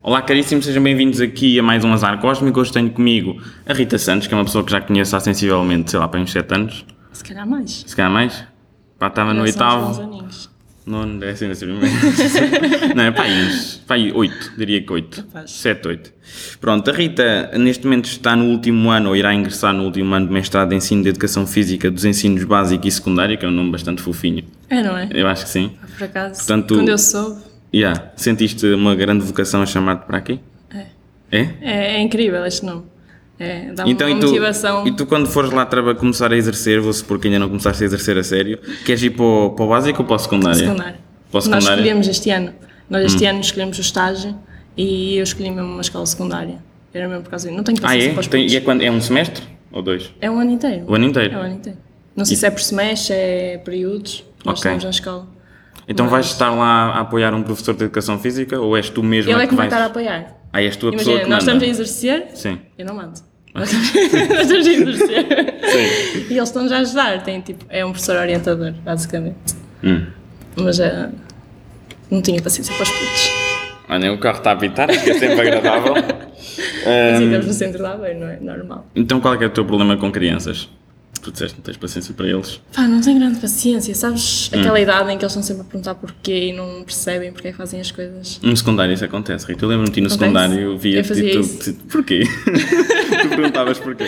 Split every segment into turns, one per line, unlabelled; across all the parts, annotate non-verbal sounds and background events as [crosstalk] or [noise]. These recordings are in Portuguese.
Olá, caríssimos, sejam bem-vindos aqui a mais um Azar Cósmico. Hoje tenho comigo a Rita Santos, que é uma pessoa que já conheço há sensivelmente, sei lá, para uns 7 anos,
Se calhar mais.
se calhar mais. Pá, estava no
Já são uns bons
oitavo.
aninhos.
Nono, é assim, não sei bem. [laughs] Não, é para aí, uns- para aí 8, diria que 8.
Capaz.
7, 8. Pronto, a Rita neste momento está no último ano, ou irá ingressar no último ano de mestrado de ensino de educação física dos ensinos básico e secundário, que é um nome bastante fofinho.
É, não é?
Eu acho que sim.
Por acaso,
Portanto,
quando eu soube,
Yeah. Sentiste uma grande vocação a chamar-te para aqui? É. É?
é, é incrível este nome. É, dá
Então,
uma
e, tu,
motivação.
e tu quando fores lá traba, começar a exercer, vou supor que ainda não começaste a exercer a sério, queres ir para o, para o básico ou para o secundário?
secundário.
Para o
Nós
secundário?
escolhemos este ano. Nós este
Hum.
ano escolhemos o estágio e eu escolhi mesmo uma escola secundária. Era mesmo por causa disso. Não tenho
Ah,
paciência
é?
para os
Tem-
putos.
e é, quando- é um semestre ou dois?
É um ano inteiro.
O ano inteiro?
É um ano inteiro. Não sei se é por semestre, é períodos. Nós
Ok.
estamos na escola.
Então vais estar lá a apoiar um professor de educação física ou és tu mesmo
Ele é que vai
vais?
estar a apoiar.
Ah, és tu a pessoa
Imagina,
que
nós
manda?
estamos a exercer,
Sim.
Eu não mando. [laughs] Nós estamos a exercer.
Sim.
E eles estão-nos a ajudar. Tem, tipo, é um professor orientador, basicamente.
Hum.
Mas é, não tinha paciência para os putos.
Olha, Ah, o carro está a pitar, que é sempre agradável.
Assim,
Ahm,
estamos no centro da Aveiro, não é? Normal.
[laughs] então qual é, que é o teu problema com crianças? Tu disseste que não tens paciência para eles.
Pá, não tenho grande paciência. Sabes
Hum.
aquela idade em que eles estão sempre a perguntar porquê e não percebem porque é que fazem as coisas?
No secundário isso acontece, Rita. Eu lembro-me de ti no
Acontece?
secundário, eu via
Eu fazia isso.
Porquê? [laughs] tu perguntavas porquê.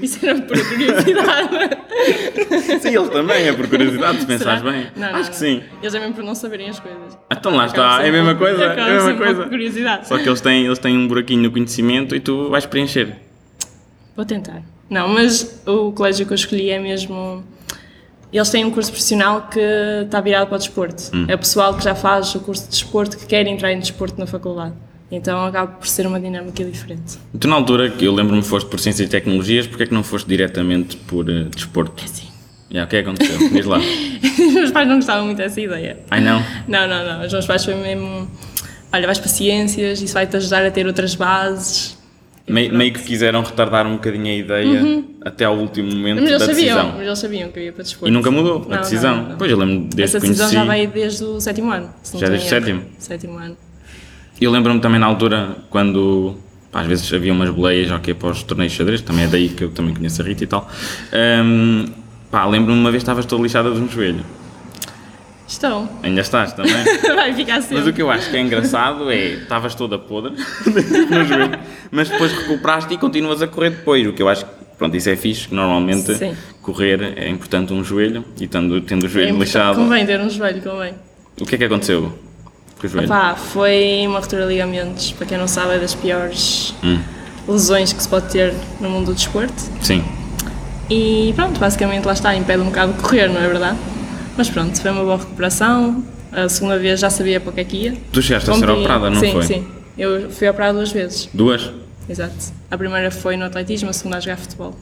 Isso era por
[laughs]
curiosidade.
Sim, ele também, é por curiosidade, se pensares
Será?
bem.
Não, não,
Acho que
não.
sim.
Eles é mesmo por não saberem as coisas.
Ah, Então lá
Acaba
está, é a
sempre
mesma
um pouco-
coisa, é
acaba
a mesma
sempre um pouco
coisa.
de curiosidade.
Só que eles têm, eles têm um buraquinho no conhecimento e tu vais preencher.
Vou tentar. Não, mas o colégio que eu escolhi é mesmo. Eles têm um curso profissional que está virado para o desporto.
Hum.
É o pessoal que já faz o curso de desporto que quer entrar em desporto na faculdade. Então acaba por ser uma dinâmica diferente.
Tu na altura, que eu lembro-me foste por Ciências e Tecnologias, porque é que não foste diretamente por eh, desporto?
Sim.
Já, o que é que
[laughs]
aconteceu? Diz lá.
Os [laughs] meus pais não gostavam muito dessa ideia.
Ai não,
Não, não, não. Os meus pais foi mesmo. Olha, vais para ciências, isso vai te ajudar a ter outras bases.
Me- meio que quiseram retardar um bocadinho a ideia até ao último momento
Uhum. Mas eles
da
sabiam,
decisão.
mas eles sabiam que eu ia para desporto.
E nunca mudou
Não,
a
não,
decisão.
não, não.
Pois eu lembro desde
Essa
que
decisão
conheci.
já vai desde o sétimo ano. se não
Já
estou em
desde o
erro.
sétimo?
Sétimo ano.
Eu lembro-me também na altura, quando pá, às vezes havia umas boleias ok, para os torneios de xadrez, também é daí que eu também conheço a Rita e tal. Ahm, pá, lembro-me uma vez estavas toda lixada de um joelho.
Estão. [laughs]
Ainda estás também.
Vai ficar assim.
Mas o que eu acho que é engraçado é estavas toda podre [laughs] no joelho, mas depois recuperaste e continuas a correr depois. O que eu acho que, pronto, isso é fixe, que normalmente
Sim.
correr é importante um joelho e tendo, tendo o
É
joelho
importante.
lixado.
Convém ter um joelho, convém.
O que é que aconteceu com o joelho?
Pá, foi uma ruptura de ligamentos, para quem não sabe, é das piores
Hum.
lesões que se pode ter no mundo do desporto.
Sim.
E pronto, basicamente lá está, impede um bocado de correr, não é verdade? Mas pronto, foi uma boa recuperação. A segunda vez já sabia para o que é que ia.
Tu chegaste a ser
Cumpri-
operada, não
sim,
foi?
Sim, Eu fui operada duas vezes,
Duas?
exato. A primeira foi no atletismo, a segunda a jogar futebol.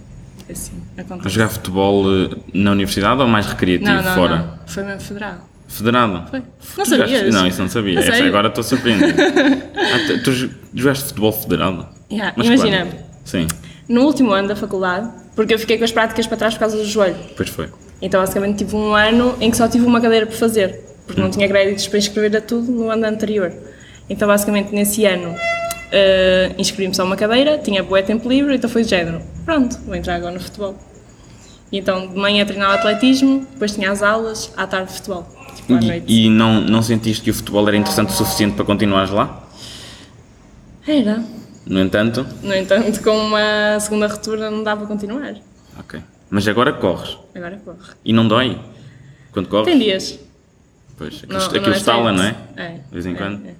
É assim,
A
acontece.
jogar futebol eh, na universidade ou mais recreativo
Não, não,
fora?
não. Foi mesmo federal.
Federado?
Foi.
Tu
Não
jogaste-
sabias?
Não, isso não sabia.
A
Essa é
sério?
agora estou
[laughs]
surpreendido. Ah, tu, tu jo- jogaste futebol federado?
Yeah,
Mas
Ah, imagina.
quando? Sim,
no último ano da faculdade, porque eu fiquei com as práticas para trás por causa do joelho.
pois foi.
Então, basicamente, tive um ano em que só tive uma cadeira por fazer, porque
Hum.
não tinha créditos para inscrever a tudo no ano anterior. Então, basicamente, nesse ano, eh, inscrevi-me só uma cadeira, tinha bué tempo livre, então foi de género. Pronto, vou entrar agora no futebol. E então, de manhã treinava atletismo, depois tinha as aulas, à tarde futebol, tipo, à noite.
E, e não, não sentiste que o futebol era interessante o suficiente para continuares lá?
Era.
No entanto?
No entanto, com uma segunda ruptura não dava para continuar.
Ok. Mas agora corres.
Agora corre.
E não dói? Quando corres?
Tem dias.
Pois, aquilo,
Não,
aquilo
não é
estala,
sempre.
não é?
É.
De vez em
é,
quando.
é.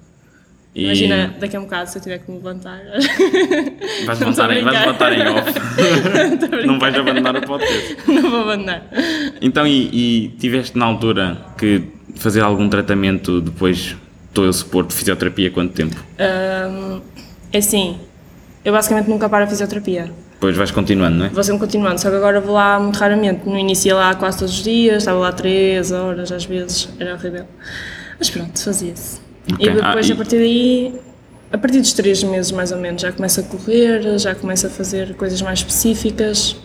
E
Imagina, daqui a um bocado, se eu tiver que me levantar. [laughs]
Vais
Não, estou
levantar,
a
em, vais
brincar.
levantar em
[laughs]
off.
Estou Tá a brincar.
não vais abandonar o podcast.
[laughs] Não vou abandonar.
Então, e, e tiveste na altura que fazer algum tratamento depois, estou eu supor, de fisioterapia quanto tempo?
Ahm, é assim, eu basicamente nunca paro a fisioterapia.
Depois vais continuando, não é?
Vou sempre continuando, só que agora vou lá muito raramente. No início ia lá quase todos os dias, estava lá 3 horas às vezes, era horrível. Mas pronto, fazia-se.
Ok,
E depois,
ah, e-
a partir daí, a partir dos três meses, mais ou menos, já começa a correr, já começa a fazer coisas mais específicas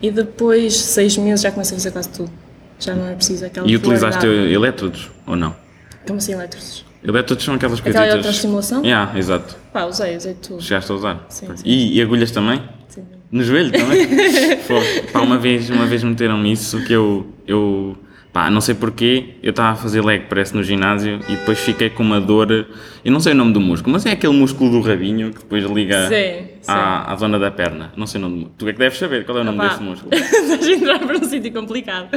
e depois, seis meses, já começa a fazer quase tudo. Já não é preciso aquela.
E utilizaste
polaridade.
elétrodos ou não?
Como assim, elétricos?
Elétrodos são aquelas
Aquela
coisitas.
eletroestimulação?
Yeah, exato.
Pá, usei, usei tudo.
Chegaste a usar.
Sim, sim.
E, e agulhas também?
Sim.
No joelho
[laughs]
também? Pô, pá, uma vez, uma vez meteram-me isso que eu, eu, pá, não sei porquê, eu estava a fazer leg, parece, no ginásio e depois fiquei com uma dor, eu não sei o nome do músculo, mas é aquele músculo do rabinho que depois liga
Sim, sim.
À, à zona da perna. Não sei o nome do músculo. Tu é que deves saber qual é o nome
Pá.
desse
[laughs]
músculo.
Estás a entrar para um sítio complicado.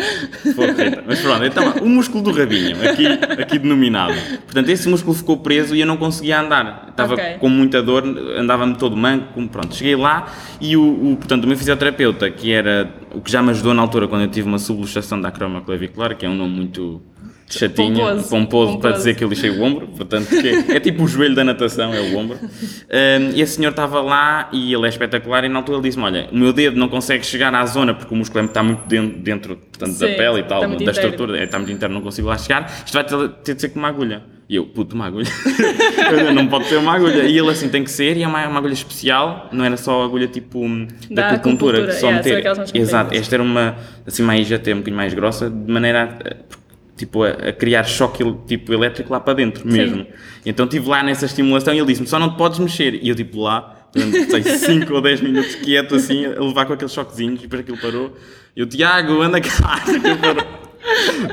Pô, Rita, Mas pronto, então o músculo do rabinho, aqui, aqui denominado. Portanto, esse músculo ficou preso e eu não conseguia andar. Estava
Ok.
com muita dor, andava-me todo manco. como- Pronto, cheguei lá e o, o- portanto, o meu fisioterapeuta, que era o que já me ajudou na altura quando eu tive uma subluxação da acroma clavicular, que é um nome muito chatinho,
Pomposo.
pomposo, para
Pomposo.
dizer que eu lixei o ombro, portanto, que é, é tipo o joelho da natação, é o ombro. Ahm, e a senhora estava lá e ele é espetacular e na altura ele disse-me, olha, o meu dedo não consegue chegar à zona porque o músculo é- está muito dentro, dentro portanto, da
Sim,
pele e tal,
está
da
muito inteiro.
estrutura, é, está muito interno, não consigo lá chegar, isto vai ter, ter de ser com uma agulha. E eu, puto, uma agulha? [laughs] Eu, não pode ser uma agulha. E ele assim, tem que ser, e é uma, uma agulha especial, não era só agulha tipo hum, da,
Da
acupuntura,
acupuntura,
que só
yeah, são
meter.
aquelas mais
Exato,
compridas.
esta era uma, assim, mais até um bocadinho mais grossa, de maneira a, tipo, a, a criar choque ele- tipo, elétrico lá para dentro mesmo. Então estive lá nessa estimulação e ele disse-me, só não te podes mexer. E eu tipo lá, durante
[laughs]
5 ou 10 minutos quieto assim, a levar com aqueles choquezinhos e depois aquilo parou. E eu, Tiago, anda cá! [laughs] Aquilo parou.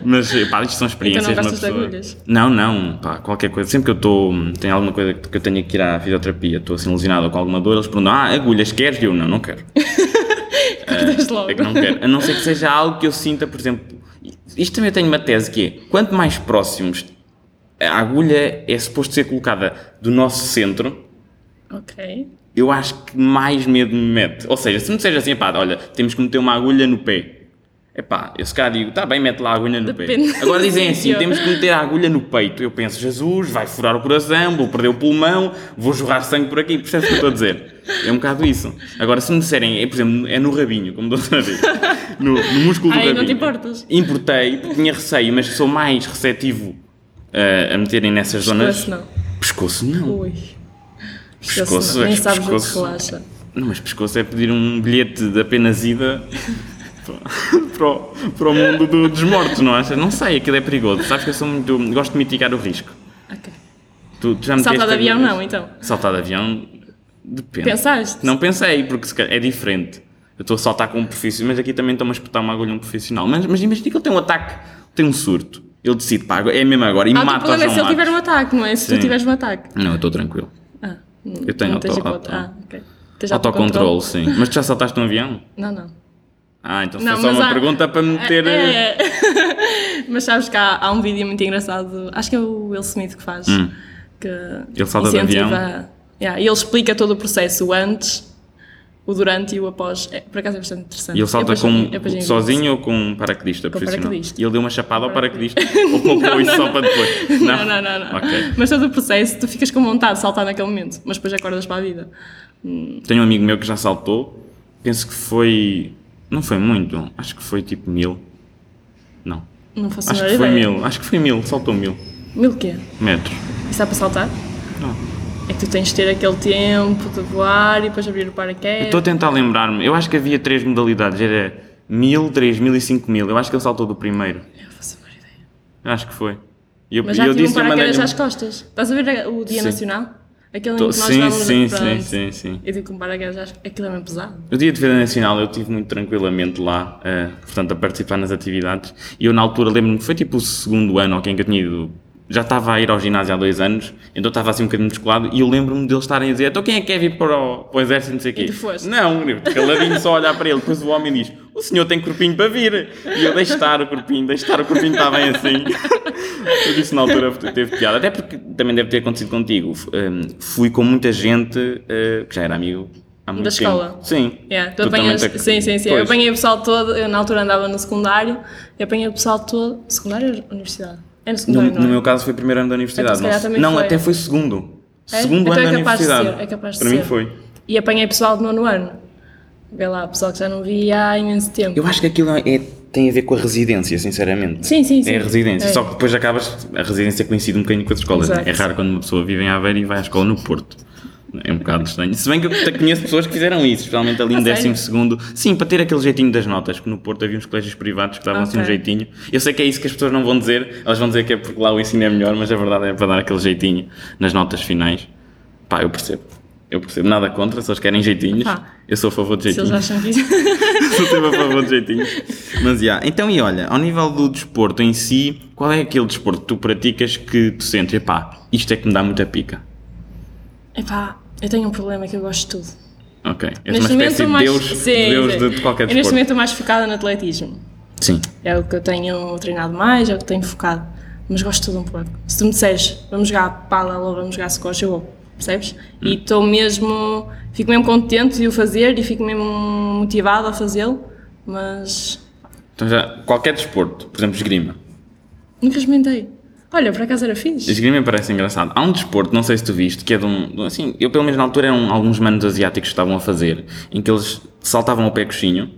Mas pá, isto são experiências
Então não
de uma
gostas de
pessoa.
agulhas?
Não, não, pá, qualquer coisa. Sempre que eu estou, tenho alguma coisa que eu tenho que ir à fisioterapia, estou assim lesionado ou com alguma dor, eles perguntam, ah, agulhas queres? E eu, não, não quero.
[laughs] Cortaste logo.
É que não quero. A não ser que seja algo que eu sinta, por exemplo. Isto também eu tenho uma tese que é: quanto mais próximos a agulha é suposto ser colocada do nosso centro,
Ok.
eu acho que mais medo me mete. Ou seja, se me disseres assim, pá, olha, temos que meter uma agulha no pé. Epá, eu se calhar digo, tá bem, mete lá a agulha no
Depende
pé. Agora
do
dizem assim,
sítio.
temos que meter a agulha no peito. Eu penso, Jesus, vai furar o coração, vou perder o pulmão, vou jorrar sangue por aqui. Percebes o que eu estou a dizer? É um bocado isso. Agora, se me disserem, é, por exemplo, é no rabinho, como da outra vez, no, no músculo do
Ai, não
rabinho.
te importas?
Importei, porque tinha receio, mas sou mais receptivo eh, a meterem nessas zonas.
Pescoço
Pescoço
não.
não.
Ui.
Pescoço,
não. Nem
acho que
sabes o que
pescoço-
relaxa.
Não, mas pescoço é pedir um bilhete de apenas ida [laughs] para, o- para o mundo do- dos mortos, não achas? Não sei, aquilo é perigoso. Sabes que eu sou muito. gosto de mitigar o risco.
Ok.
Tu, tu já me
Saltar de
deste
avião
algumas-
não, então.
Saltar de avião. Depende.
Pensaste?
Não pensei, porque se calhar é diferente. Eu estou a saltar com um profissional, mas aqui também estou-me a espetar uma agulha a um profissional. Mas, mas imagina que ele tem um ataque, tem um surto. Ele decide, pá, é mesmo agora, e
Ah, o teu
mata ou
problema é se
não
ele tiver um
mata.
ataque, não é? Se tu
Sim.
tiveres um ataque.
Não, eu estou tranquilo.
Ah, não-
Eu tenho
não tens
auto-
hipótese. Ah, ok. Tens
Autocontrole,
autocontrole?
sim. Mas tu já saltaste um avião?
Não, não.
Ah, então
Não,
foi só
mas
uma
há-
pergunta para eh, me ter.
É, é. [laughs] Mas sabes que há, há um vídeo muito engraçado, acho que é o Will Smith que faz, que
Hum. Ele salta de
incentiva-
avião.
Yeah, e ele explica todo o processo, o antes, o durante e o após. É, por acaso é bastante interessante.
E ele salta
Eu depois-
com,
eu depois envio.
sozinho ou com um paraquedista
Com
profissional?
paraquedista.
E ele deu uma chapada ao paraquedista? ou
[laughs]
colocou isso só para depois?
Não, não, não. não.
Ok.
Mas todo o processo, tu ficas com vontade de saltar naquele momento, mas depois acordas para a vida.
Tenho um amigo meu que já saltou, penso que foi. Não foi muito, acho que foi tipo mil. Não.
Não faço a
Acho
menor
que foi
ideia.
mil, acho que foi mil, saltou mil
Mil quê?
metros.
Isso dá para saltar?
Não.
É que tu tens de ter aquele tempo de voar e depois abrir o paraquedas.
Estou a tentar lembrar-me, eu acho que havia três modalidades, era mil, três mil e cinco mil. Eu acho que ele saltou do primeiro.
Eu faço a menor ideia.
Eu Acho que foi. E eu,
Mas já
eu
tive um
disse eu mandei
paraquedas às costas. Estás a ver o Dia
Sim.
Nacional? Aquele em
Tô-
que nós
sim,
vamos
sim,
para-
sim, sim, sim.
Eu digo que um paraquedas às Aquilo é mesmo pesado.
No dia de Defesa Nacional eu estive muito tranquilamente lá, eh, portanto, a participar nas atividades. E eu, na altura, lembro-me que foi tipo o segundo ano ou quem que eu tinha ido. Já estava a ir ao ginásio há dois anos, então estava assim um bocadinho descolado. E eu lembro-me deles estarem a dizer: Então quem é que quer vir para o, para o exército? Não sei o quê.
tu foste?
Não, eu caladinho só a olhar para ele. Depois o homem diz: O senhor tem corpinho para vir. E eu: Deixe estar o corpinho, deixe estar o corpinho, está bem assim.
[laughs]
Mas isso na altura teve piada, até porque também deve ter acontecido contigo. F- hum, fui com muita gente eh, que já era amigo há muito tempo.
escola.
Sim.
Yeah, tu
Totalmente
apanhas,
ac-
sim, sim, sim. Eu
Pois.
apanhei o pessoal todo, eu na altura andava no secundário, eu apanhei o pessoal todo. Secundário ou universidade? É no
No,
secundário, não
no
é?
meu caso foi primeiro ano da
Então,
universidade.
se calhar,
mas-
também
não,
foi.
até foi segundo.
É?
Segundo
Então
ano da
é capaz de
universidade.
ser, é capaz de
Para mim
ser.
foi.
E apanhei pessoal do nono ano. Vê lá, pessoal que já não via há imenso tempo.
Eu acho que aquilo é tem a ver com a residência, sinceramente.
Sim, sim,
É a
sim.
residência.
É.
Só que depois acabas. A residência coincide um bocadinho com as escolas. né?
Exato.
É raro quando uma pessoa vive em Aveiro e vai à escola no Porto. É um bocado estranho. Se bem que eu te- conheço pessoas que fizeram isso, especialmente ali no
A sério?
12. Sim, para ter aquele jeitinho das notas, que no Porto havia uns colégios privados que davam assim um
Ok.
jeitinho. Eu sei que é isso que as pessoas não vão dizer, elas vão dizer que é porque lá o ensino é melhor, mas a verdade é para dar aquele jeitinho nas notas finais. Pá, eu percebo. Eu percebo. Nada contra, se eles querem jeitinhos,
Pá.
eu sou a favor de
Se eles
jeitinhos.
acham que isso. [laughs]
Só teve a favor de jeitinho. Mas, yeah. Então, e olha, ao nível do desporto em si, qual é aquele desporto que tu praticas que tu sentes, epá, isto é que me dá muita pica?
Epá, eu tenho um problema que eu gosto de tudo.
Ok. És uma espécie de
mais-
Deus,
Sim,
Deus
sim.
de- de qualquer
Eu neste
desporto.
momento estou mais focada no atletismo.
Sim.
É o que eu tenho treinado mais, é o que tenho focado. Mas gosto de tudo um pouco. Se tu me disseres, vamos jogar pala ou vamos jogar squash, eu vou. Percebes?
Hum.
E estou mesmo... Fico mesmo contente de o fazer e fico mesmo motivada a fazê-lo. Mas
Então, já, qualquer desporto, por exemplo, esgrima.
nunca experimentei. Olha, por acaso era fixe.
Esgrima me parece engraçado. Há um desporto, não sei se tu viste, que é de um. de um- Assim, eu pelo menos na altura eram alguns manos asiáticos que estavam a fazer, em que eles saltavam ao pé coxinho.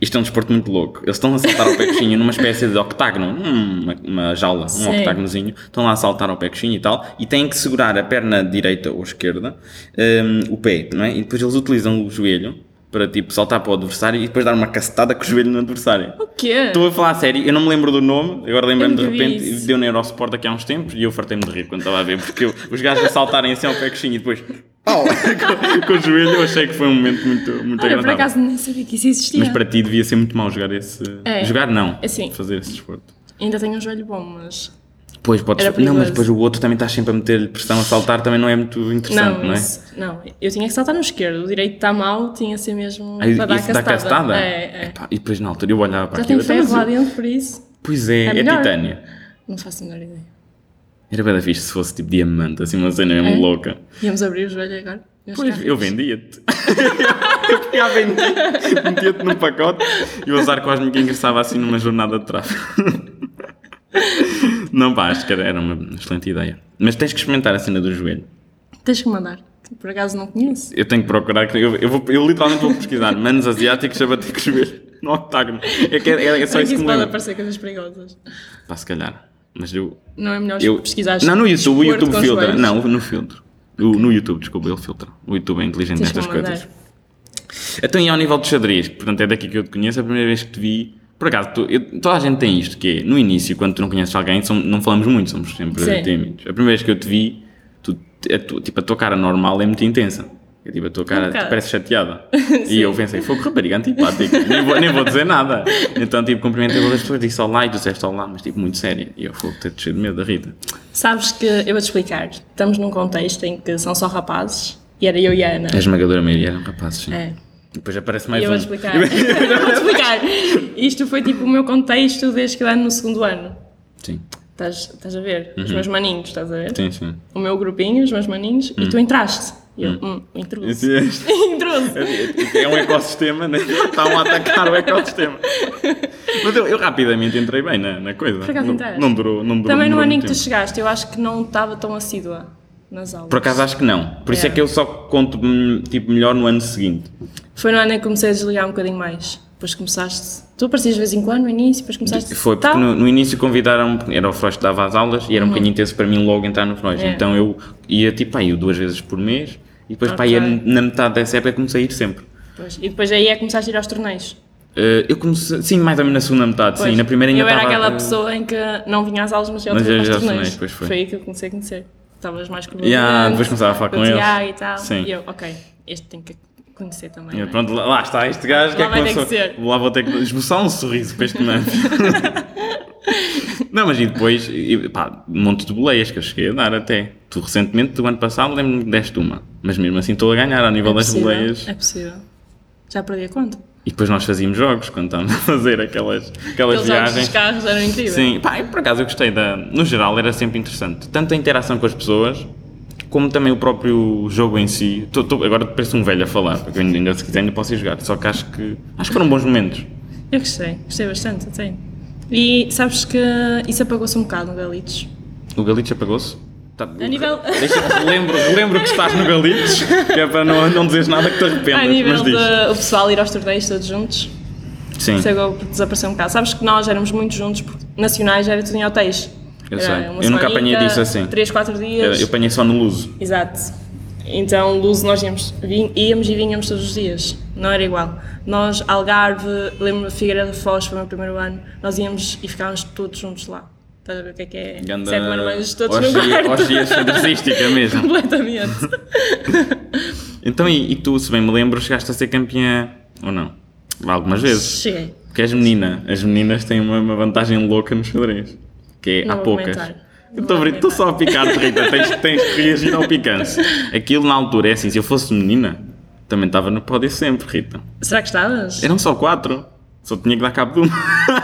Isto é um desporto muito louco. Eles estão a saltar ao pé coxinho numa espécie de octágono, [laughs] hum, uma, uma jaula, um
Sim.
octágonozinho. Estão lá a saltar ao pé coxinho e tal, e têm que segurar a perna direita ou esquerda, hum, o pé, não é? E depois eles utilizam o joelho para tipo saltar para o adversário e depois dar uma cacetada com o joelho no adversário.
O quê?
Estou a falar a sério, eu não me lembro do nome, agora lembrei-me de
Eu nunca vi
repente,
isso.
deu na Eurosport aqui há uns tempos e eu fartei-me de rir quando estava a ver, porque eu- os gajos a saltarem assim ao pé coxinho e depois pau, [laughs] com, com o joelho, eu achei que foi um momento muito, muito
Olha, por
agradável.
acaso nem sabia que isso existia.
Mas para ti devia ser muito mau jogar esse.
É.
Jogar não,
É sim.
fazer esse desporto.
Ainda tenho um joelho bom, mas...
Pois, podes.
Era
Não, mas
perigoso.
depois o outro também estás sempre a meter-lhe pressão a saltar, também não é muito interessante, não, é?
isso- não, eu tinha que saltar no esquerdo, o direito está mal, tinha que ser mesmo
Aí,
para dar
Ah, isso dá
castada.
castada?
É, é.
Epá, E depois na altura eu olhava para
Já
aquilo.
tem
então,
ferro lá
mas,
dentro, por isso
pois é,
É
é,
melhor.
titânio.
não faço a menor ideia.
Era bem da fixe se fosse tipo diamante, assim uma cena mesmo
É?
louca.
Íamos abrir o joelho agora? meus
Pois,
carros.
eu vendia-te. [laughs] eu peguei a vender, metia-te num pacote e o azar cósmico que ingressava assim numa jornada de tráfego. [laughs] Não pá, acho que era, era uma excelente ideia. Mas tens que experimentar a cena do joelho.
Tens que mandar, por acaso não conheço.
Eu tenho que procurar, que- eu, eu vou- eu literalmente vou pesquisar manos asiáticos a bater com o joelho no octágono. É, que é, é só
Será que
isso que
isso
me
pode
lembro.
aparecer coisas perigosas?
Pá, se calhar. Mas eu...
Não é melhor
eu
pesquisar
não, no YouTube, o
desporto
YouTube
com
filtra.
joelhos?
Não, no filtro. O- no YouTube, desculpa, ele filtra. O YouTube é inteligente
Tens que
nestas
me mandar.
coisas. Então, e ao nível de xadrez, que, portanto é daqui que eu te conheço, a primeira vez que te vi, por acaso, tu- eu- toda a gente tem isto, que é, no início, quando tu não conheces alguém, som- não falamos muito, somos sempre
Sim.
tímidos. A primeira vez que eu te vi, tu- a tua- tipo, a tua cara normal é muito intensa. É, tipo, a tua cara
Um bocado.
tu parece
[laughs]
chateada. e eu pensei, foi que rapariga antipática, nem vou, nem vou dizer nada. Então, tipo, cumprimentei todas as pessoas, disse olá e tu disseste olá, mas tipo, muito séria. E eu vou ter descido medo da Rita.
Sabes que, eu vou-te explicar, estamos num contexto em que são só rapazes, e era eu e a Ana.
A esmagadora maioria eram rapazes, sim.
É.
Depois aparece mais
E
um.
eu vou explicar. [laughs] eu vou explicar. Isto foi tipo o meu contexto desde que eu ando no segundo ano.
[laughs] Sim,
Estás, estás a ver? Os meus maninhos, estás a ver?
Uhum. sim, Uhum. sim.
O meu grupinho, os meus maninhos, e tu entraste. E eu,
Uhum.
hum, introduzo.
Esse-
[laughs] introduzo.
É um ecossistema, né? estavam a atacar o ecossistema. Mas eu, eu rapidamente entrei bem na, na coisa.
acaso
não,
entraste.
não durou, não durou.
Também
não
no
durou
ano em
muito
que tu
tempo.
chegaste, eu acho que não estava tão assídua nas aulas.
Por acaso acho que não. Por isso é,
É.
que eu só conto hum, tipo, melhor no ano seguinte.
Foi no ano em que comecei a desligar um bocadinho mais. Depois começaste. Tu aparecias de vez em quando no início, depois começaste.
Foi porque
tal.
no, no início convidaram era o Freud que dava as aulas e era um
Uhum.
bocadinho intenso para mim logo entrar no Freud.
É.
Então eu ia tipo aí duas vezes por mês e depois pá,
Ok.
ia na metade dessa época comecei a ir sempre.
Pois, E depois aí é que começaste a ir aos torneios.
Eh, eu comecei, sim, mais ou menos na segunda metade, sim.
Pois,
Na primeira ainda
Eu era
estava-
aquela pessoa em que não vinha às aulas, mas eu
Mas
estava
eu
aos
já
torneios.
assinei, pois foi.
Foi aí que eu comecei a conhecer. Estavas mais com o
Yeah,
Bruno,
depois começava a falar com
o
eles.
Tiago e tal.
Sim.
E eu, ok, este tem que conhecer também.
E
não é?
pronto, lá, lá está este gajo, que
Lá
é
vai
que
ter
começou.
que ser.
Lá vou ter que esboçar um sorriso para este mano. Não, mas e depois, e, pá, um monte de boleias que eu cheguei a dar até. Tu recentemente, do ano passado, lembro-me que deste uma. Mas mesmo assim estou a ganhar ao nível
É
das
possível,
boleias.
É possível. Já perdi a conta.
E depois nós fazíamos jogos quando estávamos a fazer aquelas, aquelas
Aqueles jogos dos
viagens.
carros eram incríveis.
Sim, pá, eu, por acaso eu gostei da. No geral era sempre interessante. Tanto a interação com as pessoas, como também o próprio jogo em si. Tô, tô- agora parece um velho a falar, porque eu ainda, ainda se quiser ainda posso ir jogar. Só que acho que. Acho que foram bons momentos.
Eu gostei, gostei bastante até. E sabes que isso apagou-se um bocado no Galitos.
O Galitos apagou-se? Tá,
A nível-
Deixa, lembro, lembro que estás no Galitos, que é para não, não dizeres nada que te
A
arrependas.
nível
Mas diz.
de o pessoal ir aos torneios todos juntos.
Sim.
Isso agora desapareceu um bocado. Sabes que nós éramos muito juntos, porque nacionais era tudo em hotéis.
Eu
Era
sei.
uma
Eu nunca
semanica,
apanhei disso assim.
Três, quatro
Eu
dias.
eu apanhei só no Luso.
Exato. Então, Luz, nós íamos, vin- íamos e vinhamos todos os dias, não era igual. Nós, Algarve, lembro-me de Figueira da Foz, foi o meu primeiro ano, nós íamos e ficávamos todos juntos lá. Estás a ver o que é que é?
Ganda-
Sete marmanjos todos no
orgia- [laughs]
quarto.
orgia xadrezística mesmo. [laughs]
Completamente.
Então, e, e tu, se bem me lembro, chegaste a ser campeã, ou não? Algumas vezes.
Cheguei.
Porque és menina. As meninas têm uma, uma vantagem louca nos xadrez. Que é,
Não
há
vou
poucas.
comentar. Não vou
Estou só a picar-te, Rita. Tens, tens que reagir ao
[laughs]
picante. Aquilo na altura é assim, se eu fosse menina, também estava no pódio sempre, Rita.
Será que estavas?
Eram só quatro. Só tinha que dar cabo de uma.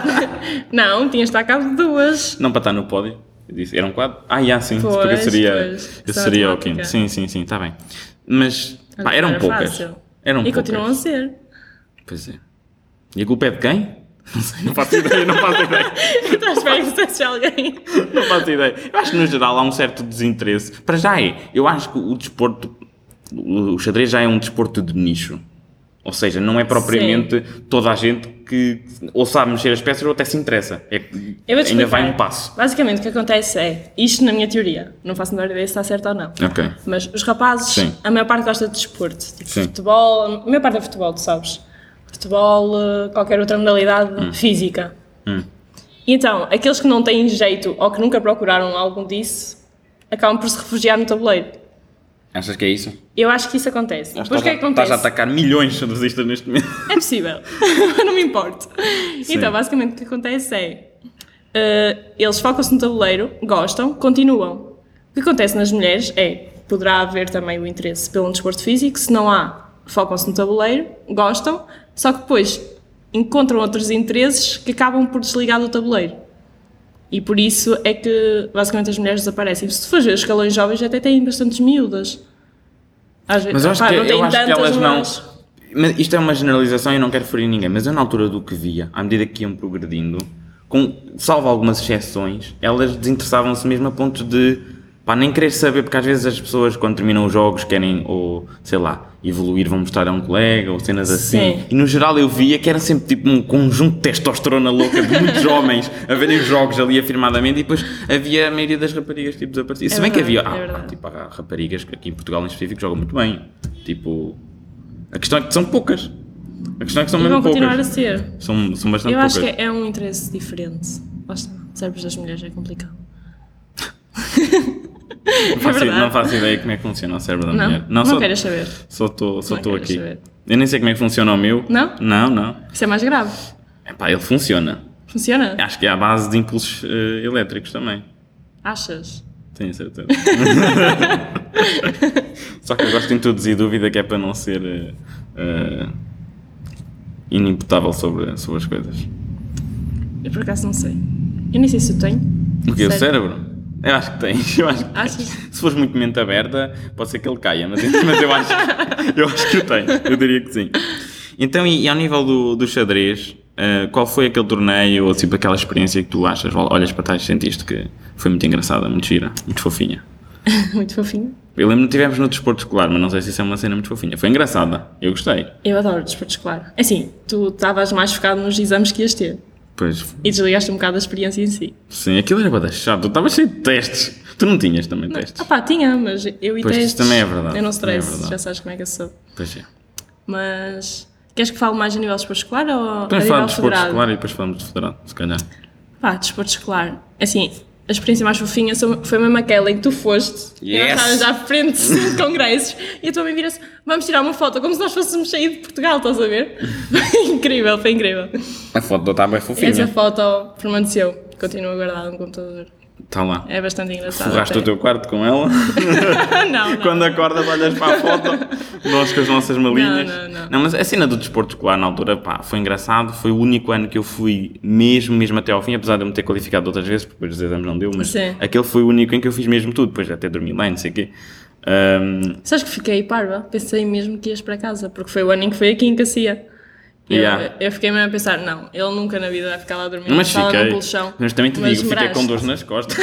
[laughs]
Não, tinhas de estar a cabo de duas.
Não para estar no pódio. Eu disse, eram quatro? Ah, já, sim.
Pois,
porque eu seria,
pois.
eu
Só
seria o
automática.
quinto. Sim, sim, sim, está bem. Mas, pá, eram
Era
poucas.
fácil.
Eram
e
poucas.
continuam a ser.
Pois é. E a culpa é de quem? [laughs] Não sei, não faço ideia, não faço ideia.
[laughs] Estás bem que disseste a alguém.
Não faço ideia. Eu acho que no geral há um certo desinteresse. Para já é. Eu acho que o desporto, o o xadrez já é um desporto de nicho. Ou seja, não é propriamente toda a gente que ou sabe mexer as peças ou até se interessa. É que
Eu vou te
ainda
explicar.
vai um passo.
Basicamente, o que acontece é, isto na minha teoria, não faço a menor ideia se está certo ou não.
Ok.
Mas os rapazes,
Sim.
a maior parte gosta de desporto. Tipo,
Sim.
futebol, a maior parte é futebol, tu sabes. Futebol, eh, qualquer outra modalidade
Hum.
física. E então, aqueles que não têm jeito ou que nunca procuraram algum disso, acabam por se refugiar no tabuleiro.
Achas que é isso?
Eu acho que isso acontece.
Acho
Depois o que é que acontece?
Estás a atacar milhões de xadrezistas neste momento.
É possível, [laughs] não me importo. Então, basicamente, o que acontece é. eh, eles focam-se no tabuleiro, gostam, continuam. O que acontece nas mulheres é. Poderá haver também o interesse pelo desporto físico, se não há, focam-se no tabuleiro, gostam, só que depois encontram outros interesses que acabam por desligar do tabuleiro. E por isso é que basicamente as mulheres desaparecem. Se tu fores ver os escalões jovens, até têm bastantes miúdas. Às vezes,
Mas eu acho
opá,
que, é-
não têm
eu acho que
tantas,
elas não.
mas-
Mas isto é uma generalização e eu não quero ferir ninguém, mas eu na altura do que via, à medida que iam progredindo, com, salvo algumas exceções, elas desinteressavam-se mesmo a ponto de pá, nem querer saber, porque às vezes as pessoas quando terminam os jogos querem, ou sei lá, evoluir, vão mostrar a um colega, ou cenas assim.
Sim.
E no geral eu via que era sempre tipo um conjunto de testosterona louca de muitos [laughs] homens a verem os jogos ali afirmadamente e depois havia a maioria das raparigas tipo desaparecidas.
É
Se bem que havia.
verdade, é
ah, pá,
verdade.
tipo, há raparigas que aqui em Portugal em específico jogam muito bem. Tipo. A questão é que são poucas. A questão é que são
E
mesmo
vão continuar
poucas.
a ser.
São, são bastante
Eu
poucas.
acho que é um interesse diferente. Lá está. Cérebros das mulheres é complicado.
não, faço,
é verdade.
não faço ideia como é que funciona o cérebro da
Não?
mulher.
Não
só-
queiras saber.
Só estou só
Não
tô
queiras
aqui.
saber.
Eu nem sei como é que funciona o meu.
Não?
Não, não.
Isso é mais grave.
Epá, ele funciona.
Funciona?
Acho que é à base de impulsos eh, elétricos também.
Achas?
Tenho certeza. [laughs] Só que eu gosto de introduzir dúvida que é para não ser eh, eh, inimputável sobre, sobre as coisas.
Eu por acaso não sei. Eu nem sei se eu tenho.
O quê? O
Sei.
cérebro? Eu acho que tens. Eu acho que tens. [laughs]
Achas?
Se fores muito mente aberta, pode ser que ele caia, mas, [laughs] mas eu, acho, eu acho que o tens. Eu diria que sim. Então, e, e ao nível do, do xadrez, eh, qual foi aquele torneio ou tipo aquela experiência que tu achas, ol- olhas para trás e sentiste que foi muito engraçada, muito gira, muito fofinha?
Muito fofinho.
Eu lembro que tivemos no desporto escolar, mas não sei se isso é uma cena muito fofinha. Foi engraçada, eu gostei.
Eu adoro desporto escolar. Assim, tu estavas mais focado nos exames que ias ter.
Pois,
E desligaste um bocado a experiência em si.
sim, aquilo era para deixar, tu estavas cheio de testes. Tu não tinhas também testes.
Ah pá, tinha, mas eu e
Pois, isso
testes...
também é verdade.
Eu não
Também é
stress,
verdade.
já sabes como é que eu sou.
Pois é.
Mas... Queres que fale mais a nível de desporto escolar ou a
Podemos falar
nível
de desporto
federado?
escolar e depois falamos de federado, se calhar.
Pá, desporto escolar. Assim, a experiência mais fofinha são- foi mesmo aquela em que tu foste e nós
Yes!
estávamos à frente [laughs] de cinco congressos e a tua mãe vira-se, vamos tirar uma foto, como se nós fôssemos sair de Portugal, estás
[laughs]
a ver? Foi incrível, foi incrível.
A foto está bem fofinha.
Essa foto permaneceu, continua guardada no computador.
Está Tá lá.
É bastante engraçado.
Forraste
até.
o teu quarto com ela.
[laughs] não, não.
Quando acordas, olhas para a
[laughs]
foto, nós com as nossas malinhas.
Não, não, não.
mas a cena do desporto escolar na altura, pá, foi engraçado. Foi o único ano que eu fui mesmo, mesmo até ao fim, apesar de eu me ter qualificado outras vezes, porque depois dos exames não deu, mas
Sim.
aquele foi o único em que eu fiz mesmo tudo. Depois até dormi lá e não sei o quê. Ahm,
Sabes que fiquei parva? Pensei mesmo que ias para casa, porque foi o ano em que foi aqui em Cacia. Eu,
Yeah.
eu fiquei mesmo a pensar, não, ele nunca na vida vai ficar lá dormindo
mas
na sala num
fiquei.
colchão.
Mas também te
Mas
digo, fiquei com
moraste.
dores nas costas. [laughs]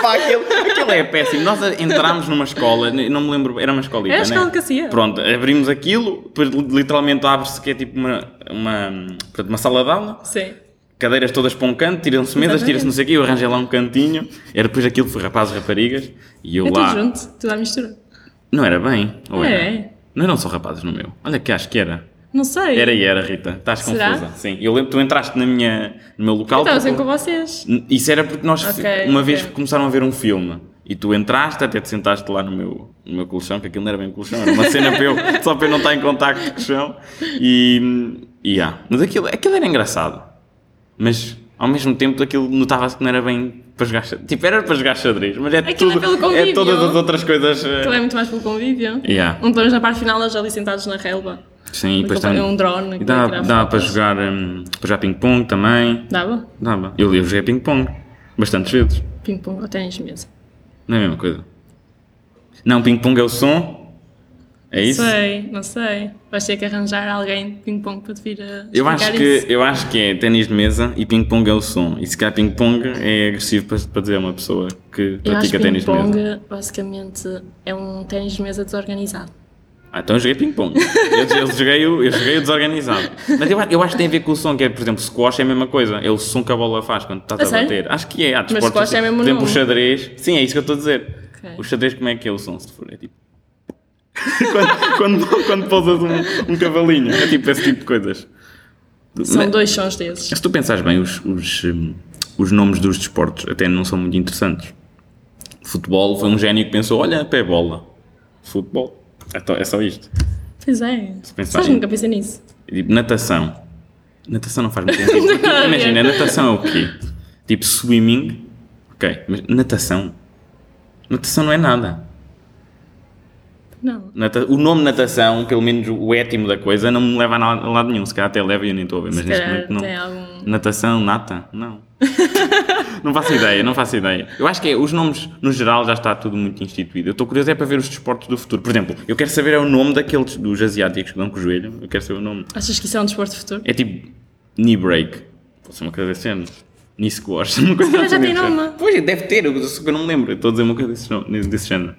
Pá, aquilo, aquilo é péssimo. Nós entrámos numa escola, não me lembro, era uma né? escola
Era a escola de Cacia.
Pronto, abrimos aquilo, depois li- literalmente abre-se que é tipo uma, uma, portanto, uma sala de aula,
Sim.
cadeiras todas para um canto, tiram-se mesas,
Exatamente.
tira-se não sei o quê, eu arranjei lá um cantinho, era depois aquilo foi rapazes raparigas, e eu
É
lá...
tudo junto, tudo à mistura.
Não era bem, ou era?
É.
Não eram só rapazes no meu, olha que acho que era.
Não sei.
Era e era, Rita, estás
Será?
confusa. Sim, eu lembro, tu entraste na minha, no meu local...
Eu estava
porque-
sempre com vocês.
Isso era porque nós,
Ok,
uma
ok.
vez começaram a ver um filme e tu entraste, até te sentaste lá no meu, no meu colchão, que aquilo não era bem um colchão, era uma cena para eu, [laughs] só para eu não estar em contacto com o colchão. E. e há. Mas aquilo, aquilo era engraçado. Mas ao mesmo tempo aquilo notava-se que não era bem para jogar xadrez. Tipo, era para jogar xadrez, mas é
Aquilo é
tudo.
pelo convívio.
todas as outras coisas. eh,
Aquilo é muito mais pelo convívio.
Yeah.
Um depois na parte final, eles ali sentados na relva.
Sim, e depois
Aquilo
também.
é um drone
E
que vai
dá,
tirar
dá para
fotos.
jogar, hum, para jogar ping-pong também.
Dava?
Dava. Eu, eu joguei ping-pong bastantes vezes.
Ping-pong ou ténis de mesa.
Não é a mesma coisa. Não, ping-pong é o som. É isso?
Sei, não sei. Vais ter que arranjar alguém de ping-pong para te vir a
Eu acho,
explicar
que,
isso.
eu acho que é ténis de mesa e ping-pong é o som. E se calhar ping-pong é agressivo para, para dizer a uma pessoa que
Eu acho que
pratica ténis de mesa.
ping-pong basicamente é um ténis de mesa desorganizado.
Ah, então eu joguei ping-pong. Eu, eu joguei, o- eu joguei o desorganizado. Mas eu, acho- eu acho que tem a ver com o som, que é, por exemplo, squash é a mesma coisa. É o som que a bola faz quando estás
A
a,
sério?
bater. Acho que é. Há desportos
squash é
assim.
mesmo
Por exemplo, o
nome.
xadrez. Sim, é isso que eu estou a dizer.
Ok.
O xadrez, como é que é o som, se for? É tipo. [laughs] quando, quando, quando pousas um, um cavalinho. É tipo esse tipo de coisas.
São
Mas-
dois sons desses.
se tu pensares bem, os, os, hum, os nomes dos desportos até não são muito interessantes. Futebol foi um gênio que pensou: olha, pé bola. Futebol. Então, é só isto.
Pois é.
pensar
Só
em-
nunca pensei nisso.
Tipo, natação. Natação não faz muito
[laughs]
sentido. Porque,
Nada a ver.
imagina, natação é o quê? Tipo, swimming. Ok, mas natação. Natação não é nada.
Não.
Nata- o nome natação, pelo menos o étimo da coisa, não me leva a na- a lado nenhum. Se calhar até leva e eu nem estou a ver, mas
Se
neste
calhar
momento não.
tem algum-
Natação, nata?
[laughs]
Não. não faço ideia, não faço ideia. Eu acho que é, os nomes, no geral, já está tudo muito instituído. Eu estou curioso é para ver os desportos do futuro. Por exemplo, eu quero saber é o nome daqueles dos asiáticos que dão com o joelho. Eu quero saber o nome.
Achas que isso é um desporto futuro?
É tipo knee break. Pode ser uma coisa desse género. Knee squash. [laughs] Uma coisa
calhar já
assim
tem
desse
nome.
género. Pois, deve ter, eu, só que eu não me lembro. Eu Estou a dizer uma coisa desse, nome- desse género.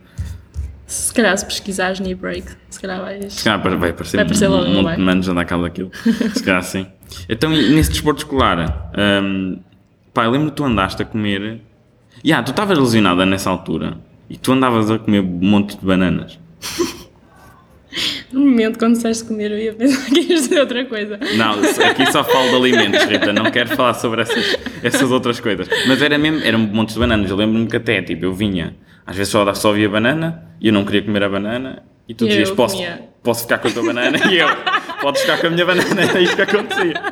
Se calhar se pesquisares knee break, se calhar vais...
Se calhar vai aparecer,
Vai aparecer
um,
logo,
um
não
monte
vai?
de manos a dar cabo daquilo. Se calhar sim. Então, e nesse desporto escolar, hum, pá, eu lembro que tu andaste a comer. Ya, tu estavas lesionada nessa altura e tu andavas a comer um monte de bananas.
No momento, quando disseste comer, eu ia pensar que ias dizer outra coisa.
Não, aqui só falo de alimentos, Rita, não quero falar sobre essas, essas outras coisas. Mas era mesmo, eram montes de bananas. Eu lembro-me que até, tipo, eu vinha, às vezes só, só via banana e eu não queria comer a banana e tu
E eu
dizias, posso,
comia."
posso ficar com a tua banana? E eu, podes ficar com a minha banana. Era isto que acontecia.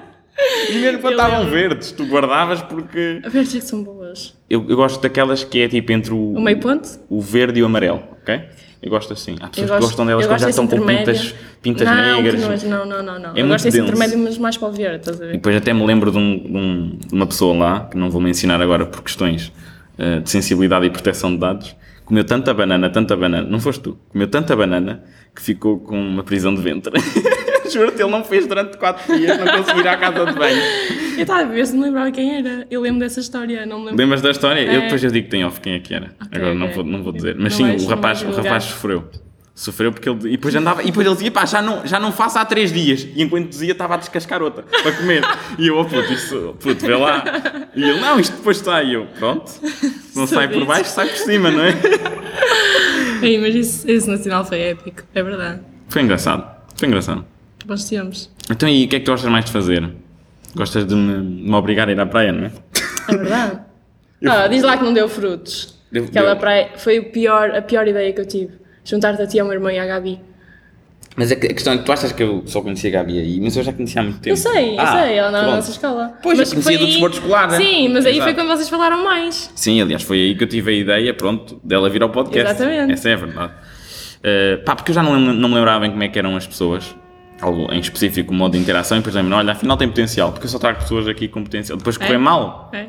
E mesmo quando
Eu
estavam verdes, tu guardavas porque.
A verdade é que são boas.
Eu, eu gosto daquelas que é tipo entre o,
O meio ponto?
o verde e o amarelo, ok? Eu gosto assim. Há pessoas que
gosto-
gostam delas
eu
quando já
gosto
estão
desse
com pintas,
intermédio.
pintas
não, que
negras.
nojo, não, não, não, não.
É
eu
muito
gosto desse
denso.
intermédio, mas mais para o verde, estás a
E
ver?
depois até me lembro de, um- de um- de uma pessoa lá, que não vou mencionar agora por questões eh, de sensibilidade e proteção de dados, comeu tanta banana, tanta banana, não foste tu, comeu tanta banana que ficou com uma prisão de ventre. [laughs] Juro-te, ele não fez durante 4 dias, não conseguiu ir à casa de banho.
Eu estava a ver se me lembrava quem era. Eu lembro dessa história, não me lembro.
Lembras da história? Eu
É.
depois eu digo quem off quem é que era.
Ok,
Agora Não,
ok.
vou, não vou dizer. Mas
Não é assim,
sim, o
vais- não
rapaz,
vais
o rapaz
divulgar.
sofreu. Sofreu porque ele. E depois andava. E depois ele dizia, pá, já não, já não faço há três dias. E enquanto dizia, estava a descascar outra para
[laughs]
comer. e eu, oh puto, isso, puto, vê lá. E ele, não, isto depois sai. E eu, pronto. Se não
Só
sai por
disso.
baixo, sai por cima, não é?
Ei, mas esse, esse nacional foi épico, é verdade.
Foi engraçado. Foi engraçado.
Bons tempos.
Então, e o que é que tu gostas mais de fazer? Gostas de me, de me obrigar a ir à praia, não é? [laughs]
É verdade. Ah, diz lá que não deu frutos.
Deu-
Aquela
deu.
praia foi o pior, a pior ideia que eu tive. Juntar-te a ti, ao meu irmão e à Gabi.
Mas a que- a questão é que tu achas que eu só conhecia a Gabi aí, mas eu já conhecia há muito tempo.
Eu sei, eu
Ah,
sei, ela andava na
pronto.
nossa escola.
Pois,
mas
eu conhecia
foi
do desporto
aí-
escolar, né?
Sim, mas aí
Exato.
foi quando vocês falaram mais.
Sim, aliás, foi aí que eu tive a ideia, pronto, dela vir ao podcast.
Exatamente.
Essa é a verdade. Uh, pá, porque eu já não, lembro- não me lembrava bem como é que eram as pessoas, algo em específico, o modo de interação, e depois lembro, olha, afinal tem potencial, porque eu só trago pessoas aqui com potencial. Depois correr
É.
mal,
É.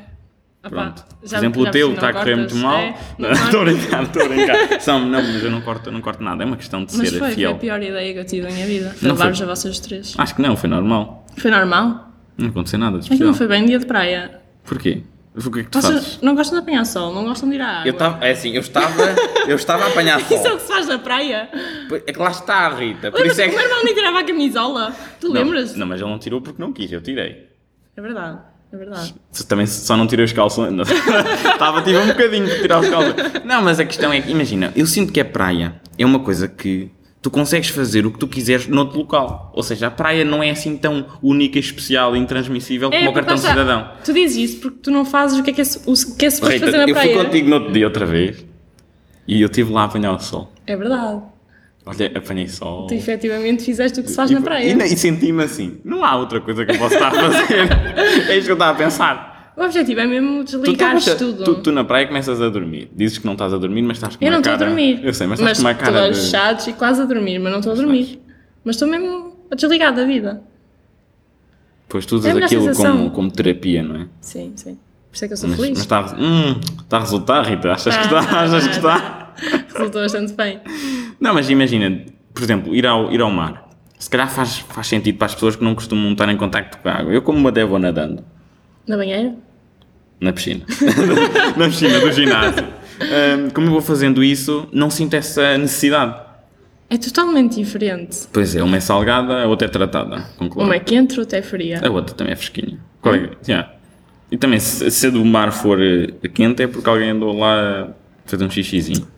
Opa,
Pronto. Por
já-
exemplo, o
já
teu
percebi,
está a
não
correr muito
cortas,
mal. [laughs]
é, não
Não, Estou a
cortas.
brincar, estou a brincar. São, não, mas eu não corto, eu não corto nada, é uma questão de
Mas
ser
foi, tipo- foi
fiel.
a pior ideia que eu tive na minha vida.
Não foi. Ah.
Levar-vos a vocês três.
Acho que não, foi normal.
Foi normal?
Não aconteceu nada de
É que
especial.
não foi bem dia de praia.
Porquê? O que é que tu fazes?
Vocês não gostam de apanhar sol, não gostam de ir à água.
Eu estava, é assim, eu estava, eu estava a apanhar
[laughs] Isso é o
sol.
que se faz na praia.
É que lá está a Rita, por
Lembras
isso
que
é
o
que...
meu irmão me tirava a camisola? Tu
Não,
lembras?
Não, mas ele não tirou porque não quis, eu tirei.
É verdade, é verdade.
Se- Também só não tirei os calções. não. [laughs] Estava, tive um bocadinho de tirar os calções. Não, mas a questão é que, imagina, eu sinto que a praia é uma coisa que tu consegues fazer o que tu quiseres noutro local. Ou seja, a praia não é assim tão única, especial e intransmissível como o
É, porque
cartão de
lá está.
cidadão.
Tu dizes isso porque tu não fazes o que é que é, su- o que é suposto
Rita,
fazer na
eu fui
praia.
contigo no outro dia outra vez e eu estive lá a apanhar o sol.
É verdade.
Olha, apanhei sol.
Tu efetivamente fizeste o que se faz
Oh. E-
na praia.
E, e senti-me assim, não há outra coisa que eu possa estar a fazer. [laughs] é isto que eu estava a pensar.
O objetivo é mesmo desligares
estavas a-
tudo.
tá tu- tu na praia começas a dormir. Dizes que não estás a dormir, mas estás com
Eu
uma
não estou
cara...
a dormir.
Eu sei, mas estás com uma
estou
cara
olhos
de...
fechados e quase a dormir, mas não estou a dormir. Mas estou mesmo a desligar da vida.
Pois tu
É a
usas
melhor
aquilo
sensação.
como, como terapia, não é?
Sim, sim. Por isso é que eu sou
Mas,
feliz.
mas está, hum, está a resultar, Rita. Achas que
Tá,
está?
tá,
Achas
tá,
que
tá.
está?
[laughs] Resultou bastante bem.
Não, mas imagina, por exemplo, ir ao, ir ao mar. Se calhar faz, faz sentido para as pessoas que não costumam estar em contacto com a água. Eu, como me devo nadando,
Na banheira?
na piscina, [laughs] na piscina do ginásio, Ahm, como eu vou fazendo isso, não sinto essa necessidade.
É totalmente diferente.
Pois é, uma é salgada, a outra é tratada, com cloro.
Uma é quente, outra é fria.
A outra também é fresquinha. Qual
Hum?
é que- yeah. E também, se, se a do mar for eh, quente, é porque alguém andou lá a fazer um xixizinho.